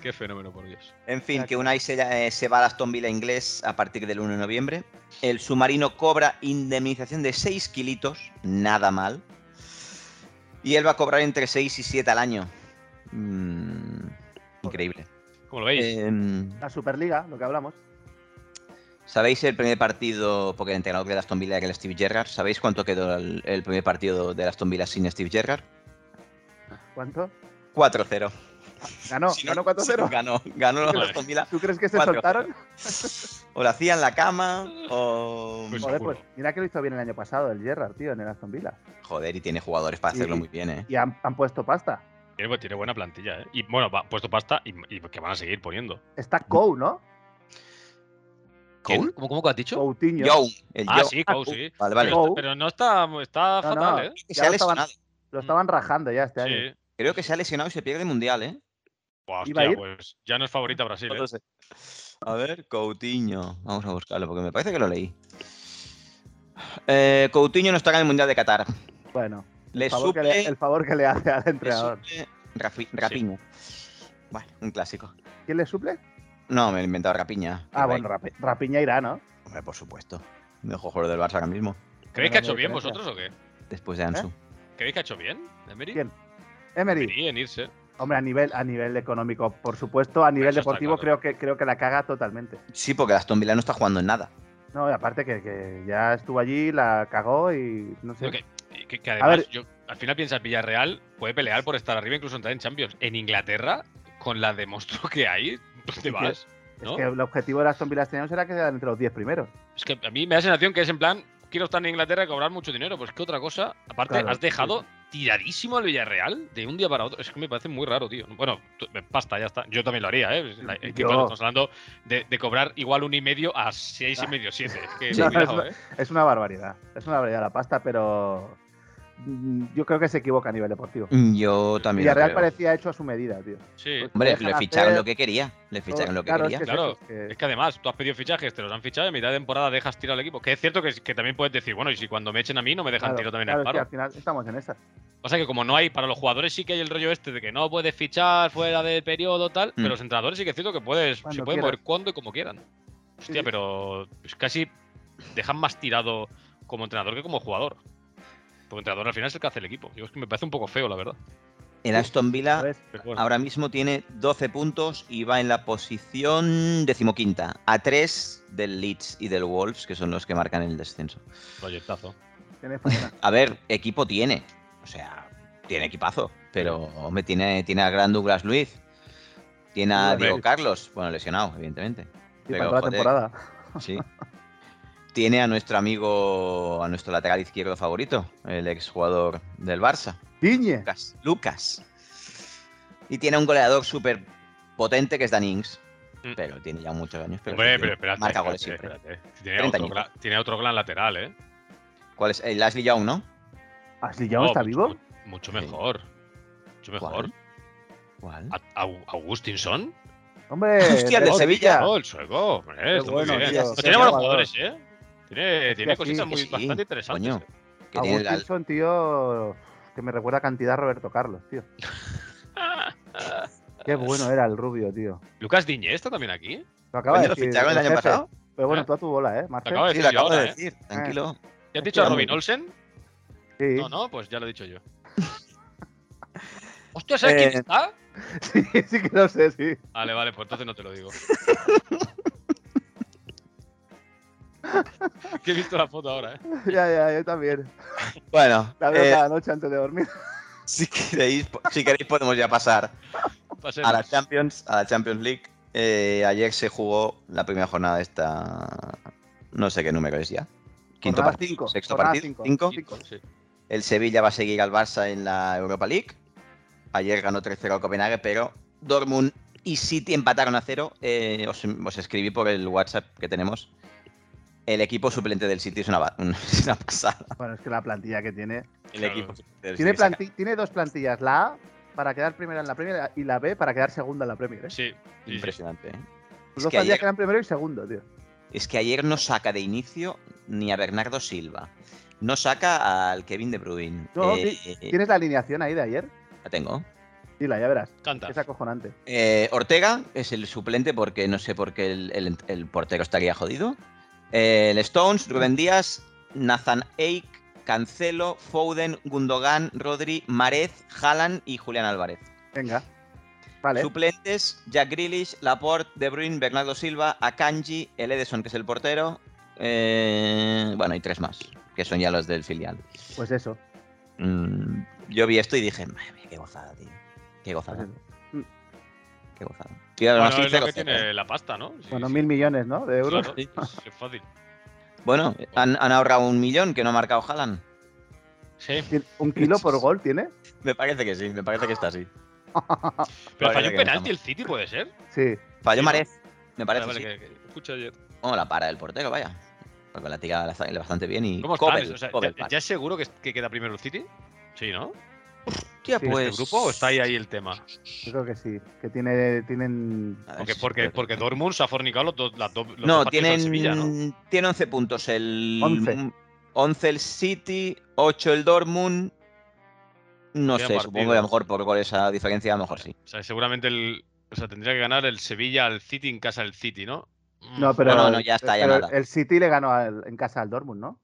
Qué fenómeno, por Dios.
En fin,
Exacto.
que Unai se, eh, se va a Aston Villa inglés a partir del 1 de noviembre. El submarino cobra indemnización de 6 kilitos, nada mal. Y él va a cobrar entre 6 y 7 al año. Mm, increíble.
Como lo veis.
Em,
La Superliga, lo que hablamos.
¿Sabéis el primer partido, porque el entrenador de Aston Villa era el Steve Gerrard? ¿Sabéis cuánto quedó el, el primer partido de Aston Villa sin Steve Gerrard?
¿Cuánto?
4-0.
Ganó,
Si no-
ganó 4-0.
Ganó, ganó el
Vale.
Aston Villa.
¿Tú crees que se
4-0.
soltaron?
O lo hacía en la cama, o...
Pues-
Joder,
seguro.
pues mira que lo hizo bien el año pasado el Gerrard, tío, en el Aston Villa.
Joder, y tiene jugadores para
Y-
hacerlo muy bien, ¿eh?
Y han, han puesto pasta.
Tiene, bu- tiene buena plantilla, ¿eh? Y bueno, va, puesto pasta y, y que van a seguir poniendo.
Está Cou, ¿no?
¿Quién? ¿Cómo, cómo que has dicho?
Coutinho.
Young, el
ah,
Young.
sí, Cou, sí.
Vale, vale.
Pero,
Cou.
está- pero no está, está
No, no,
fatal, ¿eh?
Creo que
ya
se ha
lo estaban-
lesionado.
Lo estaban rajando ya este año.
Sí.
Creo que se ha lesionado y se pierde el mundial, ¿eh?
Buah,
¿Iba a
hostia,
ir?
pues ya no es favorita Brasil,
No
¿eh?
lo sé. A ver, Coutinho. Vamos a buscarlo, porque me parece que lo leí. Eh, Coutinho no estará en el mundial de Qatar.
Bueno,
Le
el favor, que le,
suple,
el favor que le hace al
le
entrenador.
suple Rafi- Rapiña. Bueno, un clásico.
¿Quién le suple?
No, me lo he inventado Rapiña.
Ah,
Ibai.
bueno, Rapi- Rapiña irá, ¿no?
Hombre, por supuesto. Mejor jugador del Barça ahora mismo,
¿Creéis que ha
no
hecho
me
bien
diferencia.
vosotros o qué?
después
¿Eh?
de Ansu.
¿Creéis que ha hecho bien, Emery?
¿Quién? Emery.
Emery en irse.
Hombre, a nivel, a nivel económico, por supuesto, a nivel
Eso está
deportivo creo
claro.
que creo que la caga totalmente.
Sí, porque el Aston Villa no está jugando en nada.
No, y aparte que, que ya estuvo allí, la cagó y no sé.
Yo que- y Eh, Que, que además,
ver.
yo, al final piensas, Villarreal puede pelear por estar arriba, incluso entrar en Champions. En Inglaterra, con la de monstruo que hay, ¿dónde vas? ¿No?
Es que el objetivo de las Aston Villa este año será quedar entre los 10 primeros.
Es que a mí me da sensación que es en plan, quiero estar en Inglaterra y cobrar mucho dinero. Pues que otra cosa, aparte,
Claro,
has dejado
sí,
tiradísimo al Villarreal de un día para otro. Es que me parece muy raro, tío. Bueno, tú- basta, ya está. Yo también lo haría, ¿eh? La- es que,
Yo-
claro, estamos hablando de, de cobrar igual un y medio a seis y
Ah.
medio, siete. Es que,
Sí,
no,
cuidado,
no.
¿eh?
Es una barbaridad. Es una barbaridad la pasta, pero mm, yo creo que se equivoca a nivel deportivo.
Mm, Yo también. lo
Villarreal
creo.
parecía hecho a su medida, tío.
Sí.
Hombre,
Dejan
le ficharon
hacer-
lo que quería. Le ficharon lo que
Claro,
quería.
es que es
Claro.
eso, es que-
Es que además, tú has pedido fichajes, te los han fichado y a mitad de temporada dejas tirar al equipo. Que es cierto que, que también puedes decir, bueno, y si cuando me echen a mí no me dejan
claro,
tiro también
claro,
al
es que
paro.
al final estamos en esa.
O sea que como no hay, para los jugadores sí que hay el rollo este de que no puedes fichar fuera del periodo tal,
Mm.
pero los entrenadores sí que es cierto que puedes,
Cuando
se pueden
quieras.
mover cuando y como quieran. Hostia,
sí.
pero es casi dejan más tirado como entrenador que como jugador. Porque entrenador al final es el que hace el equipo. Yo es que me parece un poco feo, la verdad.
El Aston Villa
¿sabes?
Pero bueno,
ahora mismo tiene 12 puntos y va en la posición decimoquinta, a 3 del Leeds y del Wolves, que son los que marcan el descenso.
proyectazo.
Tienes pasta.
A ver, equipo tiene. O sea, tiene equipazo. Pero, hombre, tiene, tiene al gran Douglas Luiz. Tiene a
Hombre.
Diego Carlos. Bueno, lesionado, evidentemente.
Y
Pero,
para toda la
joder.
temporada.
Sí. tiene a nuestro amigo, a nuestro lateral izquierdo favorito, el exjugador del Barça,
Tiñe.
Lucas. Lucas. Y tiene un goleador súper potente que es Dan Ings,
Mm.
pero tiene ya muchos años. Pero
Hombre,
sí,
pero espérate.
marca
espérate,
goles siempre.
espérate. Tiene,
30
otro gran, tiene otro gran lateral, ¿eh?
¿Cuál es? El Ashley Young, ¿no?
¿Ashley Young
Oh,
está
mucho-
vivo?
Mucho
Sí.
mejor. Mucho mejor. Ah,
¿Cuál?
A- Au- Augustinson.
Hombre.
Hostia, el de
Bot-
Sevilla.
Oh, el sueco. hombre, está muy
bueno,
bien.
tío.
No
Sí,
tiene buenos
jugador.
jugadores, ¿eh? Tiene, tiene
sí,
cositas
que
muy
sí,
bastante interesantes.
coño.
¿eh?
Que tiene la-
Agustinson, tío, que me recuerda cantidad a Roberto Carlos, tío. Qué bueno era el rubio, tío.
Ah, Lucas Diñé está también aquí.
Lo acaba
Coño,
de
¿Lo
decir.
ficharon el año
jefe.
pasado?
Pero bueno,
¿Eh?
tú a tu bola, ¿eh, Marcel?
Acaba de
Sí,
decir
lo
yo
acabo de
ahora, ¿eh?
decir. Tranquilo.
¿Ya has dicho a
Estoy
Robin
hablando.
Olsen?
Sí.
No, no, pues ya lo he dicho yo. Hostia, ¿sabes
Eh,
quién está?
sí, sí que lo sé, sí.
Vale, vale, pues entonces no te lo digo. que he visto la foto ahora, ¿eh?
Ya, ya, yo también.
Bueno,
La veo
eh,
cada noche antes de dormir.
si, queréis, si queréis podemos ya pasar
Pasemos.
a la Champions, a la Champions League. Eh, ayer se jugó la primera jornada de esta. No sé qué número es ya. Quinto
Jornada
partido,
cinco,
sexto
jornada
partido,
cinco.
cinco.
Sí, sí.
El Sevilla va a seguir al Barça en la Europa League. Ayer ganó 3-0 al Copenhague, pero Dortmund y City empataron a 0. Eh, os, os escribí por el WhatsApp que tenemos. El equipo suplente del City es una, ba- es una pasada.
Bueno, es que la plantilla que tiene.
El
Claro.
equipo suplente del
Tiene,
City saca-
planti- tiene dos plantillas, la A para quedar primera en la Premier y la B para quedar segunda en la Premier. ¿eh?
Sí, sí, sí.
Impresionante. ¿eh?
Los
Es
dos
que,
plantillas
ayer,
quedan primero y segundo, tío.
es que ayer no saca de inicio ni a Bernardo Silva. No saca al Kevin De Bruyne.
No,
Eh, eh,
¿Tienes la alineación ahí de ayer?
la tengo.
Dila, ya verás.
Canta.
Es acojonante.
Eh, Ortega es el suplente porque no sé por qué el, el- el portero estaría jodido. Eh, el Stones, Rubén Díaz, Nathan Eik, Cancelo, Foden, Gundogan, Rodri, Marez, Haaland y Julián Álvarez.
Venga. Vale.
Suplentes, Jack Grealish, Laporte, De Bruyne, Bernardo Silva, Akanji, el Edison, que es el portero. eh, bueno, y tres más, que son ya los del filial.
Pues eso.
Mm, yo vi esto y dije, madre mía, qué gozada, tío. Qué gozada,
Mm.
qué gozada. Tío,
Bueno,
aún así,
es lo que
0-0, ¿eh?
tiene la pasta, ¿no? Sí,
Bueno,
sí.
mil millones, ¿no? De euros.
Claro, es- es fácil.
Bueno, han, han ahorrado un millón que no ha marcado Haaland.
Sí.
¿Tiene- ¿Un kilo por gol tiene?
Me parece que sí, me parece que está así.
Pero
Vale,
falló
que
un penalti
estamos.
el City, ¿puede ser?
Sí.
Falló
Sí,
Marez, me parece.
Vale,
sí.
vale, que- que- escucha ayer.
Bueno, la para del portero, vaya. Porque la tira la sale bastante bien y.
¿Cómo
Kobel,
están? O sea,
Kobel
¿ya,
para.
ya es seguro que, es- que queda primero el City? Sí, ¿no?
Hostia,
Sí,
pues.
¿El este grupo o está ahí, ahí el tema?
Yo creo que sí. Que tiene, tienen.
A ver
Porque,
si-
porque, porque Dortmund se ha fornicado los dos, las dos, los
No,
dos partidos
tienen,
al Sevilla, ¿no?
tiene 11 puntos el.
11.
11 el City, 8 el Dortmund. No
Queda
sé, supongo que a
partido.
lo mejor por goles a diferencia, a lo mejor sí.
O sea, seguramente el, o sea, tendría que ganar el Sevilla al City en casa del City, ¿no? Mm,
No, pero.
no, no, ya está, ya
pero
nada.
El City le ganó al- en casa al Dortmund, ¿no?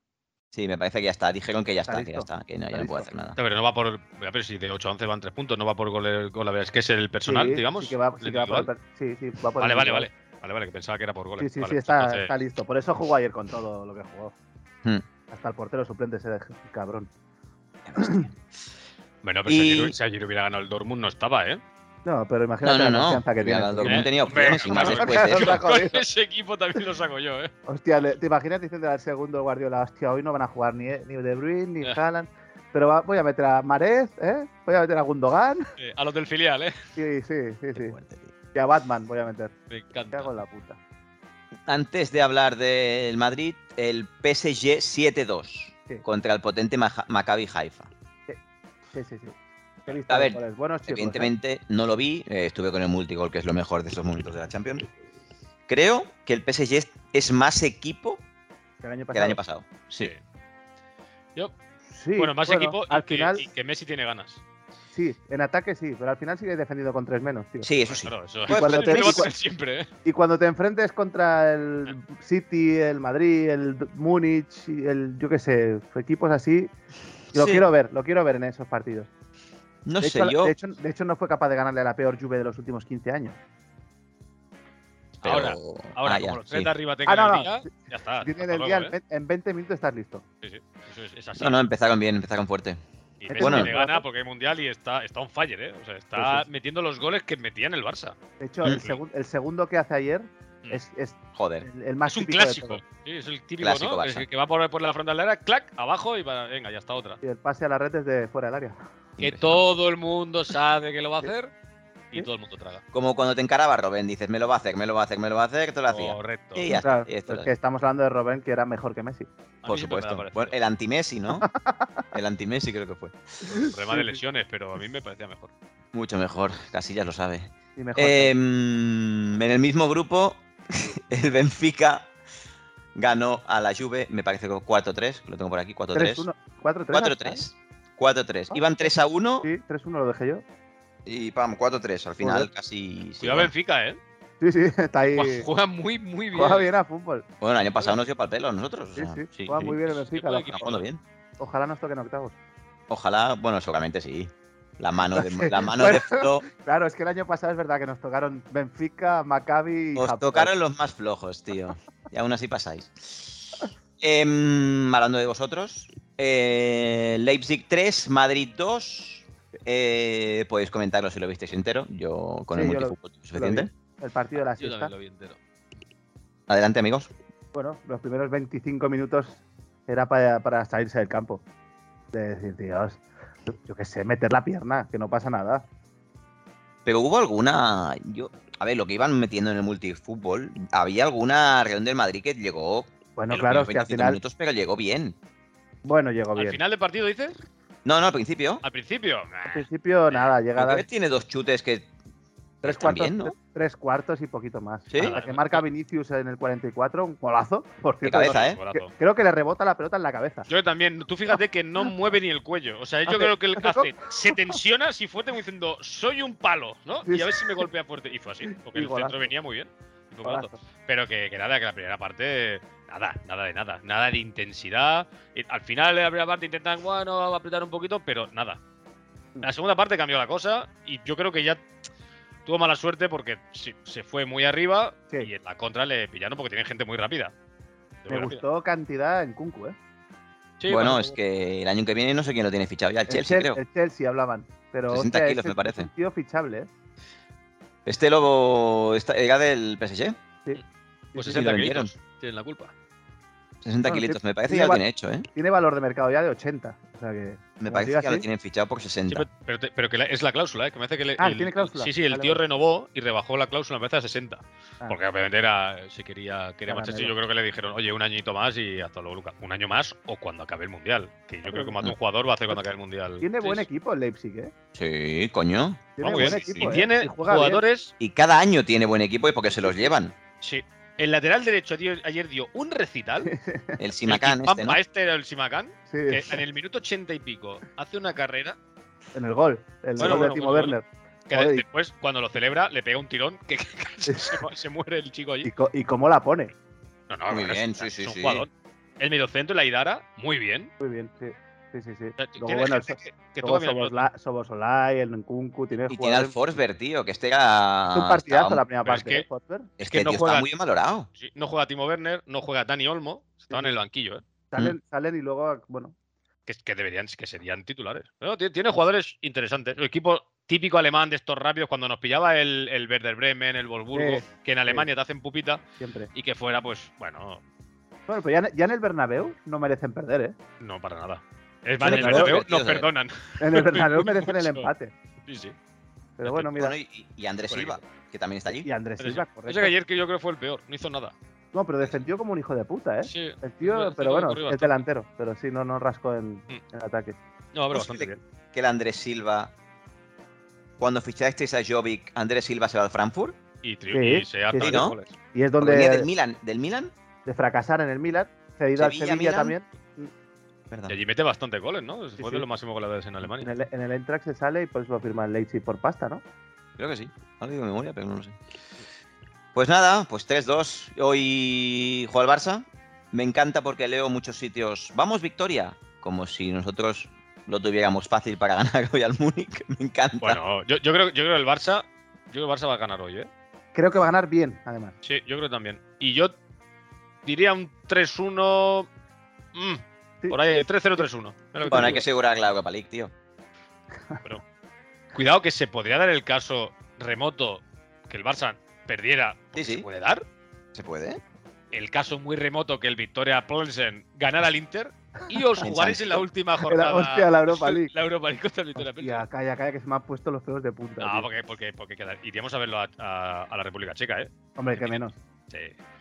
Sí, me parece que ya está. Dijeron que ya
Está
está, que ya
listo.
está, que no, ya
Está
no puede
listo.
hacer nada.
No, pero no va por. Mira, Pero si de 8 a 11 van 3 puntos, no va por gol, gol a ver, es que es el personal,
Sí,
digamos.
Sí, que va,
el
sí que va por el
individual.
per- sí, sí, va por el
Vale, vale,
individual.
vale. Vale, vale, que pensaba que era por goles.
Sí, sí,
Vale,
sí,
pues
está,
entonces-
está listo. Por eso jugó ayer con todo lo que jugó.
Hmm.
Hasta el portero suplente ese de- cabrón.
Bueno, pero
Y-
si, ayer, si ayer hubiera ganado el Dortmund, no estaba, ¿eh?
No, pero
No,
imagínate
no,
la
no.
confianza que
Mira,
tiene. este
el
tío.
Dortmund
¿Eh?
tenía opciones y más
Hombre,
después de
claro,
eso.
Está
Con
jodido.
ese equipo también lo saco yo, ¿eh?
Hostia, le- ¿te imaginas diciendo al segundo Guardiola, hostia, hoy no van a jugar ni, ni De Bruyne ni
Ya.
Haaland, pero va- voy a meter a Marez, ¿eh? Voy a meter a Gundogan.
Eh, A los del filial, ¿eh?
Sí, sí, sí,
Qué
sí.
fuerte, tío.
Y a Batman voy a meter.
Me
¿Qué
encanta.
hago en la puta?
Antes de hablar del Madrid, el PSG 7-2
Sí.
contra el potente Maja- Maccabi Haifa.
Sí, sí, sí. Qué lista
A
de
ver,
goles. Buenos chicos. ¿eh?
Evidentemente no lo vi, eh, estuve con el multigol, que es lo mejor de estos momentos de la Champions. Creo que el PSG es- es más equipo
¿eh? Que el año
que el
pasado.
año pasado. Sí.
Sí,
bueno, más equipo y
Al
que-
final,
y que Messi tiene ganas.
sí, en ataque sí, pero al final sigue defendido con tres menos, tío.
Sí, eso sí.
Claro, eso
Pues
eso
cuando te-
lo va a
cu-
tener siempre, ¿eh?
Y cuando te enfrentes contra el City, el Madrid, el D- Múnich, y el yo qué sé, equipos así, lo
Sí.
quiero ver, lo quiero ver en esos partidos.
No
de,
sé,
hecho,
yo.
de, hecho, de hecho, no fue capaz de ganarle a la peor Juve de los últimos 15 años.
pero-
Ahora, Ahora,
Ah, ya,
como los tres
sí.
de arriba tengan
Ah, no,
el
no.
día, ya está.
Tiene
hasta
el
luego,
día, ¿eh?
¿eh?
en ve- en 20 minutos estás listo.
Sí, sí, Eso es, es así.
No, no, empezaron bien, empezaron fuerte.
Y
Pero
Messi
bueno.
tiene gana porque hay mundial y está, está on fire, ¿eh? O sea, está
Sí, sí, sí.
metiendo los goles que metía en el Barça.
De hecho,
Mm.
el, segun- el segundo que hace ayer,
Mm.
Es, es
Joder.
el, el más
es un
típico de
clásico.
todos.
Sí, es el típico,
Clásico
¿no?
Barça.
Es el que va por, por la frontalera, clac, abajo y va, venga, ya está otra.
Y el pase a la red desde fuera del área.
Que todo el mundo sabe que lo va a hacer y
Sí.
todo el mundo traga.
Como cuando te encaraba Robén, dices, me lo va a hacer, me lo va a hacer, me lo va a hacer,
Oh,
te lo hacía. Y
Correcto.
ya está,
Claro,
y esto
es
es
que estamos hablando de Robben, que era mejor que Messi.
A mí
Por
siempre me ha
supuesto.
parecido.
Bueno, el anti-Messi, ¿no? El anti-Messi creo que fue.
Problema de lesiones, pero a mí me parecía mejor.
Mucho mejor, Casillas lo sabe.
Y mejor.
Eh, mm, en el mismo grupo, el Benfica ganó a la Juve, me parece que 4-3, lo tengo por aquí, 4-3.
3-1. 4-3.
4-3. 4-3. Iban 3 a 1
Ah. Sí, 3-1 lo dejé yo.
y pam, 4-3. Al final
Joder.
casi. sí, bueno.
Cuidado Benfica, ¿eh?
Sí, sí, está ahí.
Juega- Juega muy, muy bien.
Juega bien a fútbol.
Bueno, el año pasado nos dio para el pelo a nosotros. o
Sí,
sea,
sí,
sí,
Juega
sí.
muy bien el
Sí,
Benfica.
puede
Está
que-
jugando bien.
Ojalá nos toquen octavos.
Ojalá, bueno, seguramente sí. La mano de, la mano de Flo.
Claro, es que el año pasado es verdad que nos tocaron Benfica, Maccabi y
Os
Japón.
tocaron los más flojos, tío. Y aún así pasáis. Em, hablando de vosotros, eh, Leipzig 3, Madrid 2. Eh, podéis comentarlo si lo visteis entero. Yo con
Sí,
el
yo lo-
multifútbol tuve suficiente.
El partido de la
Yo
siesta.
también lo vi entero.
Adelante, amigos.
Bueno, los primeros 25 minutos era para, para salirse del campo. De decir, Dios, yo qué sé, meter la pierna, que no pasa nada.
Pero hubo alguna. Yo, a ver, lo que iban metiendo en el multifútbol, había alguna reunión del Madrid que llegó.
Bueno,
en los
claro,
primeros
es que al
25
final.
minutos, pero llegó bien.
Bueno, llegó
¿Al
bien.
final del partido dices?
No, no, al principio.
Al principio.
Al
nah.
principio, nada, llegada.
Porque tiene dos chutes que.
Tres
están bien,
cuartos,
¿no?
tres, tres cuartos y poquito más.
Sí.
Hasta que marca Vinicius en el 44, un golazo. Por
De
cierto,
cabeza, ¿eh?
que-
Golazo.
creo que le rebota la pelota en la cabeza.
Yo también, tú fíjate que no mueve ni el cuello. O sea, yo
Hace-
creo que él hace, se tensiona si fuerte como diciendo, soy un palo, ¿no?
Sí,
Y a
sí.
ver si me golpea fuerte. Y fue así, porque
Y
el
golazo.
centro venía muy bien. Y fue golazo.
Golazo.
Pero que, que nada, que la primera parte, nada, nada de nada. Nada de intensidad. Y al final de la primera parte intentan, bueno, apretar un poquito, pero nada. La segunda parte cambió la cosa y yo creo que ya tuvo mala suerte porque se, se fue muy arriba
Sí.
y en la contra le pillaron porque tienen gente muy rápida. Muy
Me
rápida.
gustó cantidad en Kunku, ¿eh?
Sí,
bueno, es que el año que viene no sé quién lo tiene fichado ya, el Chelsea,
Chel-
creo.
el Chelsea hablaban. Pero,
60
hostia,
kilos,
ese
me parece.
Es un tío fichable, ¿eh?
Este lobo esta- era del PSG.
Pues
Sí, sí,
60
lo
kilitos. Tienen la culpa.
60
Bueno,
kilitos,
sí,
me parece
sí,
ya lo
igual-
tiene hecho, ¿eh?
Tiene valor de mercado ya de 80. O sea que.
Me
como
parece
diga
que ya lo
así,
tienen fichado por 60.
Sí, pero, pero te- pero que la- es la cláusula, ¿eh? Que me parece que le-
Ah, tiene cláusula.
Sí, sí, el
Vale,
tío
vale.
renovó y rebajó la cláusula, me parece, a 60.
Ah.
Porque obviamente era, si quería, quería
Para
marcharse,
Melo.
yo creo que le dijeron, oye, un añito más y hasta luego, Luca. Un año más o cuando acabe el Mundial. Que yo creo que más
Mm.
de un jugador va a hacer cuando acabe el Mundial.
Tiene buen
Sí, sí.
equipo el Leipzig, ¿eh?
Sí, coño.
Tiene
Ah, muy
buen
bien.
equipo.
Y
¿eh?
tiene
Y juega bien.
jugadores…
Y cada año tiene buen equipo y porque se los llevan.
Sí. El lateral derecho dio- ayer dio un recital.
El
el
Simacán este, ¿no?
Kimpembe, este era el Simacán,
Sí,
que en el minuto ochenta y pico hace una carrera
en el gol. El
Bueno,
gol
bueno,
de Timo
bueno,
Werner.
que
Joder, y-
después, cuando lo celebra, le pega un tirón que, que- que se, se muere el chico allí.
Y, co- y cómo la pone.
No, no,
Muy
bueno,
bien,
es-
sí,
es
sí,
un
sí.
jugador. El mediocentro, la Idara, muy bien.
Muy bien, sí. Sí, sí, sí.
O sea,
Luego,
tiene
bueno,
gente que, que
Luego
toca bien el
Sobosla-
balón.
Sobosolai, el Nkunku, tiene
Y tiene al
jugadores-
Forsberg, Ah, tío, que este
Es
era.
un partidazo
estaba-
la primera
pero es
parte,
que-
¿eh, Forsberg?
Este
que no
tío
juega-
está muy bien valorado.
Sí, no juega Timo Werner, no juega Dani Olmo, estaban
sí.
en el banquillo, ¿eh?
Salen, salen y luego, bueno,
que, que deberían, que serían titulares. Bueno, ti- tiene jugadores interesantes. El equipo típico alemán de estos rápidos, cuando nos pillaba el, el Werder Bremen, el Wolfsburgo,
Sí,
que en Alemania te hacen pupita
siempre.
y que fuera, pues, bueno,
Bueno, pues ya, en- ya en el Bernabéu no merecen perder, ¿eh?
no para nada. Es más, en el
claro,
Bernabéu
tío,
nos
tío,
perdonan.
En el Bernabéu merecen el
Mucho.
empate.
Sí, sí.
Pero bueno, mira.
Bueno, y, y Andrés
Por
Silva, que también está allí.
Y Andrés
Pero
Silva,
Ese que
correcto.
ayer que yo creo fue el peor, no hizo nada.
No, pero defendió como un hijo de puta, ¿eh?
Sí.
El
es
tío,
verdad,
pero
sí,
bueno,
corrió
el
bastante.
delantero. Pero sí, no, no rascó en,
Mm.
en ataque.
No, pero
Pues
bastante
que-
bien.
Que el Andrés Silva. Cuando fichasteis a Jovic, Andrés Silva se va al Frankfurt.
Y, tri-
Sí,
y se harta
sí,
de
¿no?
goles.
Y es
Porque venía del
donde
Milan. ¿Del Milan?
de fracasar en el Milan, cedido al
Sevilla,
Sevilla
Milan.
también.
Perdón.
Y allí mete bastante goles, ¿no? Fue de
Ah. sí.
los máximos goleadores en
En
Alemania.
el, en el Eintracht se sale y por eso lo firma el Leipzig por pasta, ¿no?
Creo que sí. No lo digo de memoria, pero no lo sé. Pues nada, pues 3-2. Hoy juega el Barça. Me encanta porque leo muchos sitios. Vamos, victoria. Como si nosotros lo tuviéramos fácil para ganar hoy al Múnich. Me encanta.
Bueno, yo, yo creo, yo creo que el Barça, yo creo que el Barça va a ganar hoy, ¿eh?
Creo que va a ganar bien, además.
Sí, yo creo que también. Y yo diría un 3-1. mm,
Sí.
Por ahí, 3-0-3-1. Mira lo que te
Bueno, hay
digo.
que asegurar la Europa League, tío.
Cuidado que se podría dar el caso remoto que el Barça perdiera.
Sí,
porque
sí.
Se puede dar.
¿Se puede?
el caso muy remoto que el Victoria Plzen ganara al Inter y os jugáis en la última jornada.
hostia, la Europa League.
La Europa League contra el Victoria
Hostia,
Plzen.
calla, calla, que se me han puesto los pelos de punta.
No,
tío.
porque, porque, porque queda- iríamos a verlo a, a- a la República Checa, ¿eh?
Hombre, que menos.
Sí.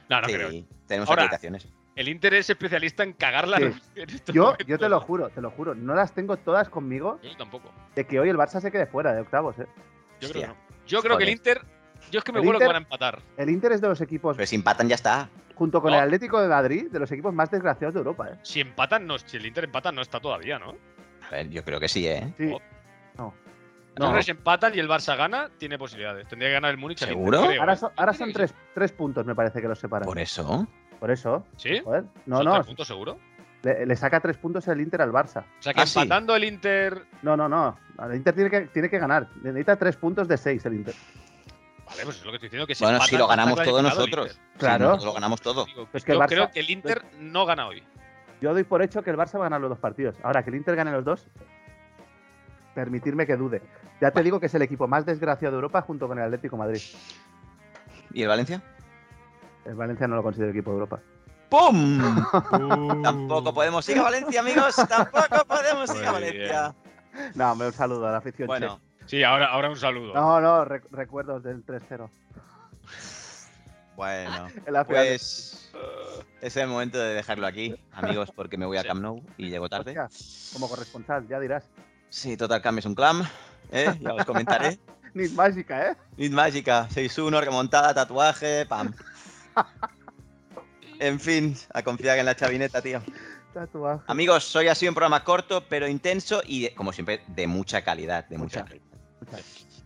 No, no
sí,
creo.
tenemos
Ahora,
acreditaciones.
El Inter es especialista en cagarla.
Sí.
en este estos
Yo,
momentos.
yo te lo juro, te lo juro. No las tengo todas conmigo
Yo tampoco.
de que hoy el Barça se quede fuera de octavos. ¿eh?
Yo
Hostia.
creo que no. Yo creo que el
Joder.
Inter. Yo es que me
El
vuelvo que
Inter-
van a empatar.
El Inter es de los equipos,
Pero Pues si empatan ya está.
junto con
No.
el Atlético de Madrid, de los equipos más desgraciados de Europa. ¿eh?
Si empatan, no. Si el Inter empata, no está todavía, ¿no?
A ver, yo creo que sí, ¿eh?
Sí.
Oh.
No.
Yo
No.
creo que si empatan y el Barça gana, tiene posibilidades. Tendría que ganar el Múnich. al Inter,
¿Seguro?
creo,
Ahora
¿eh?
son, ahora son tres, tres puntos, me parece que los separan.
Por eso.
Por eso.
¿Sí?
Joder. No,
¿Son
no.
tres puntos seguro?
Le, le saca tres puntos el Inter al Barça.
O sea que
Ah, sí.
empatando el Inter.
No, no, no. El Inter tiene que, tiene que ganar. Necesita tres puntos de seis el Inter.
Vale, pues es lo que estoy diciendo. Que si
Bueno,
empatan,
si lo
está
ganamos todos
clasificado el
nosotros.
Inter.
Si
Claro.
nosotros lo ganamos todo.
Digo,
Pues que el
yo
Barça-
creo que el Inter no gana hoy.
Yo doy por hecho que el Barça va a ganar los dos partidos. Ahora, que el Inter gane los dos, permitirme que dude. Ya te digo que es el equipo más desgraciado de Europa junto con el Atlético de Madrid.
¿Y el Valencia?
El Valencia no lo considero equipo de Europa.
¡Pum! Tampoco podemos ir a Valencia, amigos. Tampoco podemos ir a
Muy
Valencia.
No, me un saludo a la afición.
Bueno,
Sí, ahora, ahora un saludo.
che. No, no, rec- recuerdos del 3-0.
bueno.
En la final.
Pues es el momento de dejarlo aquí, amigos, porque me voy a
Sí.
Camp Nou y llego tarde.
Hostia, como corresponsal, ya dirás.
Sí, Total Cam es un clam, ¿eh? ya os comentaré.
Ni mágica, ¿eh?
Nid Mágica, 6-1, remontada, tatuaje, pam. En fin, a confiar en la chavineta, tío.
Tatuaje.
Amigos, hoy ha sido un programa corto, pero intenso y, de- como siempre, de mucha calidad. De mucha,
Mucha,
calidad.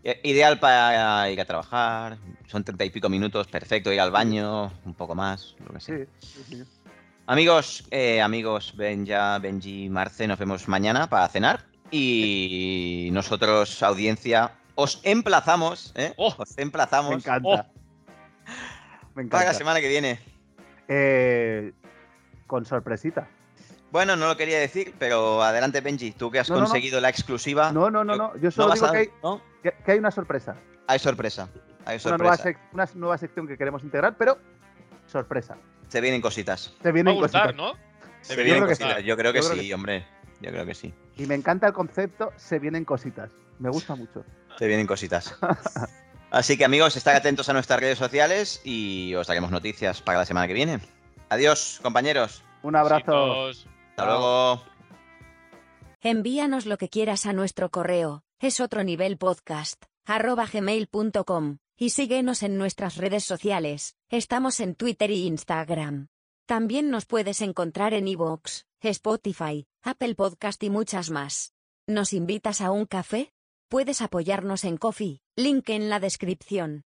Eh, Ideal para ir a trabajar, son treinta y pico minutos, perfecto, ir al baño, un poco más, lo que sea.
Sí, sí, sí.
Amigos, eh, amigos, Benja, Benji, Marce, nos vemos mañana para cenar. Y nosotros, audiencia, os emplazamos, ¿eh?
Oh.
os
Me
emplazamos
encanta. Me
Oh. para la
encanta.
semana que viene.
Eh, con sorpresita.
Bueno, no lo quería decir, pero adelante, Benji, tú que has
No, no, no.
conseguido la exclusiva.
No, no, no,
yo-
no. Yo solo
vas
digo
a-
que hay,
Ah, ¿no?
que, que hay una sorpresa.
Hay sorpresa. Hay
Una nueva,
sorpresa.
sec- una nueva sección que queremos integrar, pero sorpresa.
Se vienen cositas.
Se
Va a
vienen cositas.
gustar, ¿no?
Se
Debería
vienen
creo que
cositas.
gustar.
Yo creo que
Yo creo
sí,
que sí.
hombre. Yo creo que sí.
Y me encanta el concepto, se vienen cositas. Me gusta mucho.
Se vienen cositas. Así que, amigos, estad atentos a nuestras redes sociales y os daremos noticias para la semana que viene. Adiós, compañeros.
Un abrazo.
Besitos.
Hasta
Chao.
luego.
Envíanos lo que quieras a nuestro correo, es otro nivel podcast, arroba gmail.com, y síguenos en nuestras redes sociales, estamos en Twitter y Instagram. También nos puedes encontrar en iVoox, Spotify, Apple Podcast y muchas más. ¿Nos invitas a un café? Puedes apoyarnos en Coffee, link en la descripción.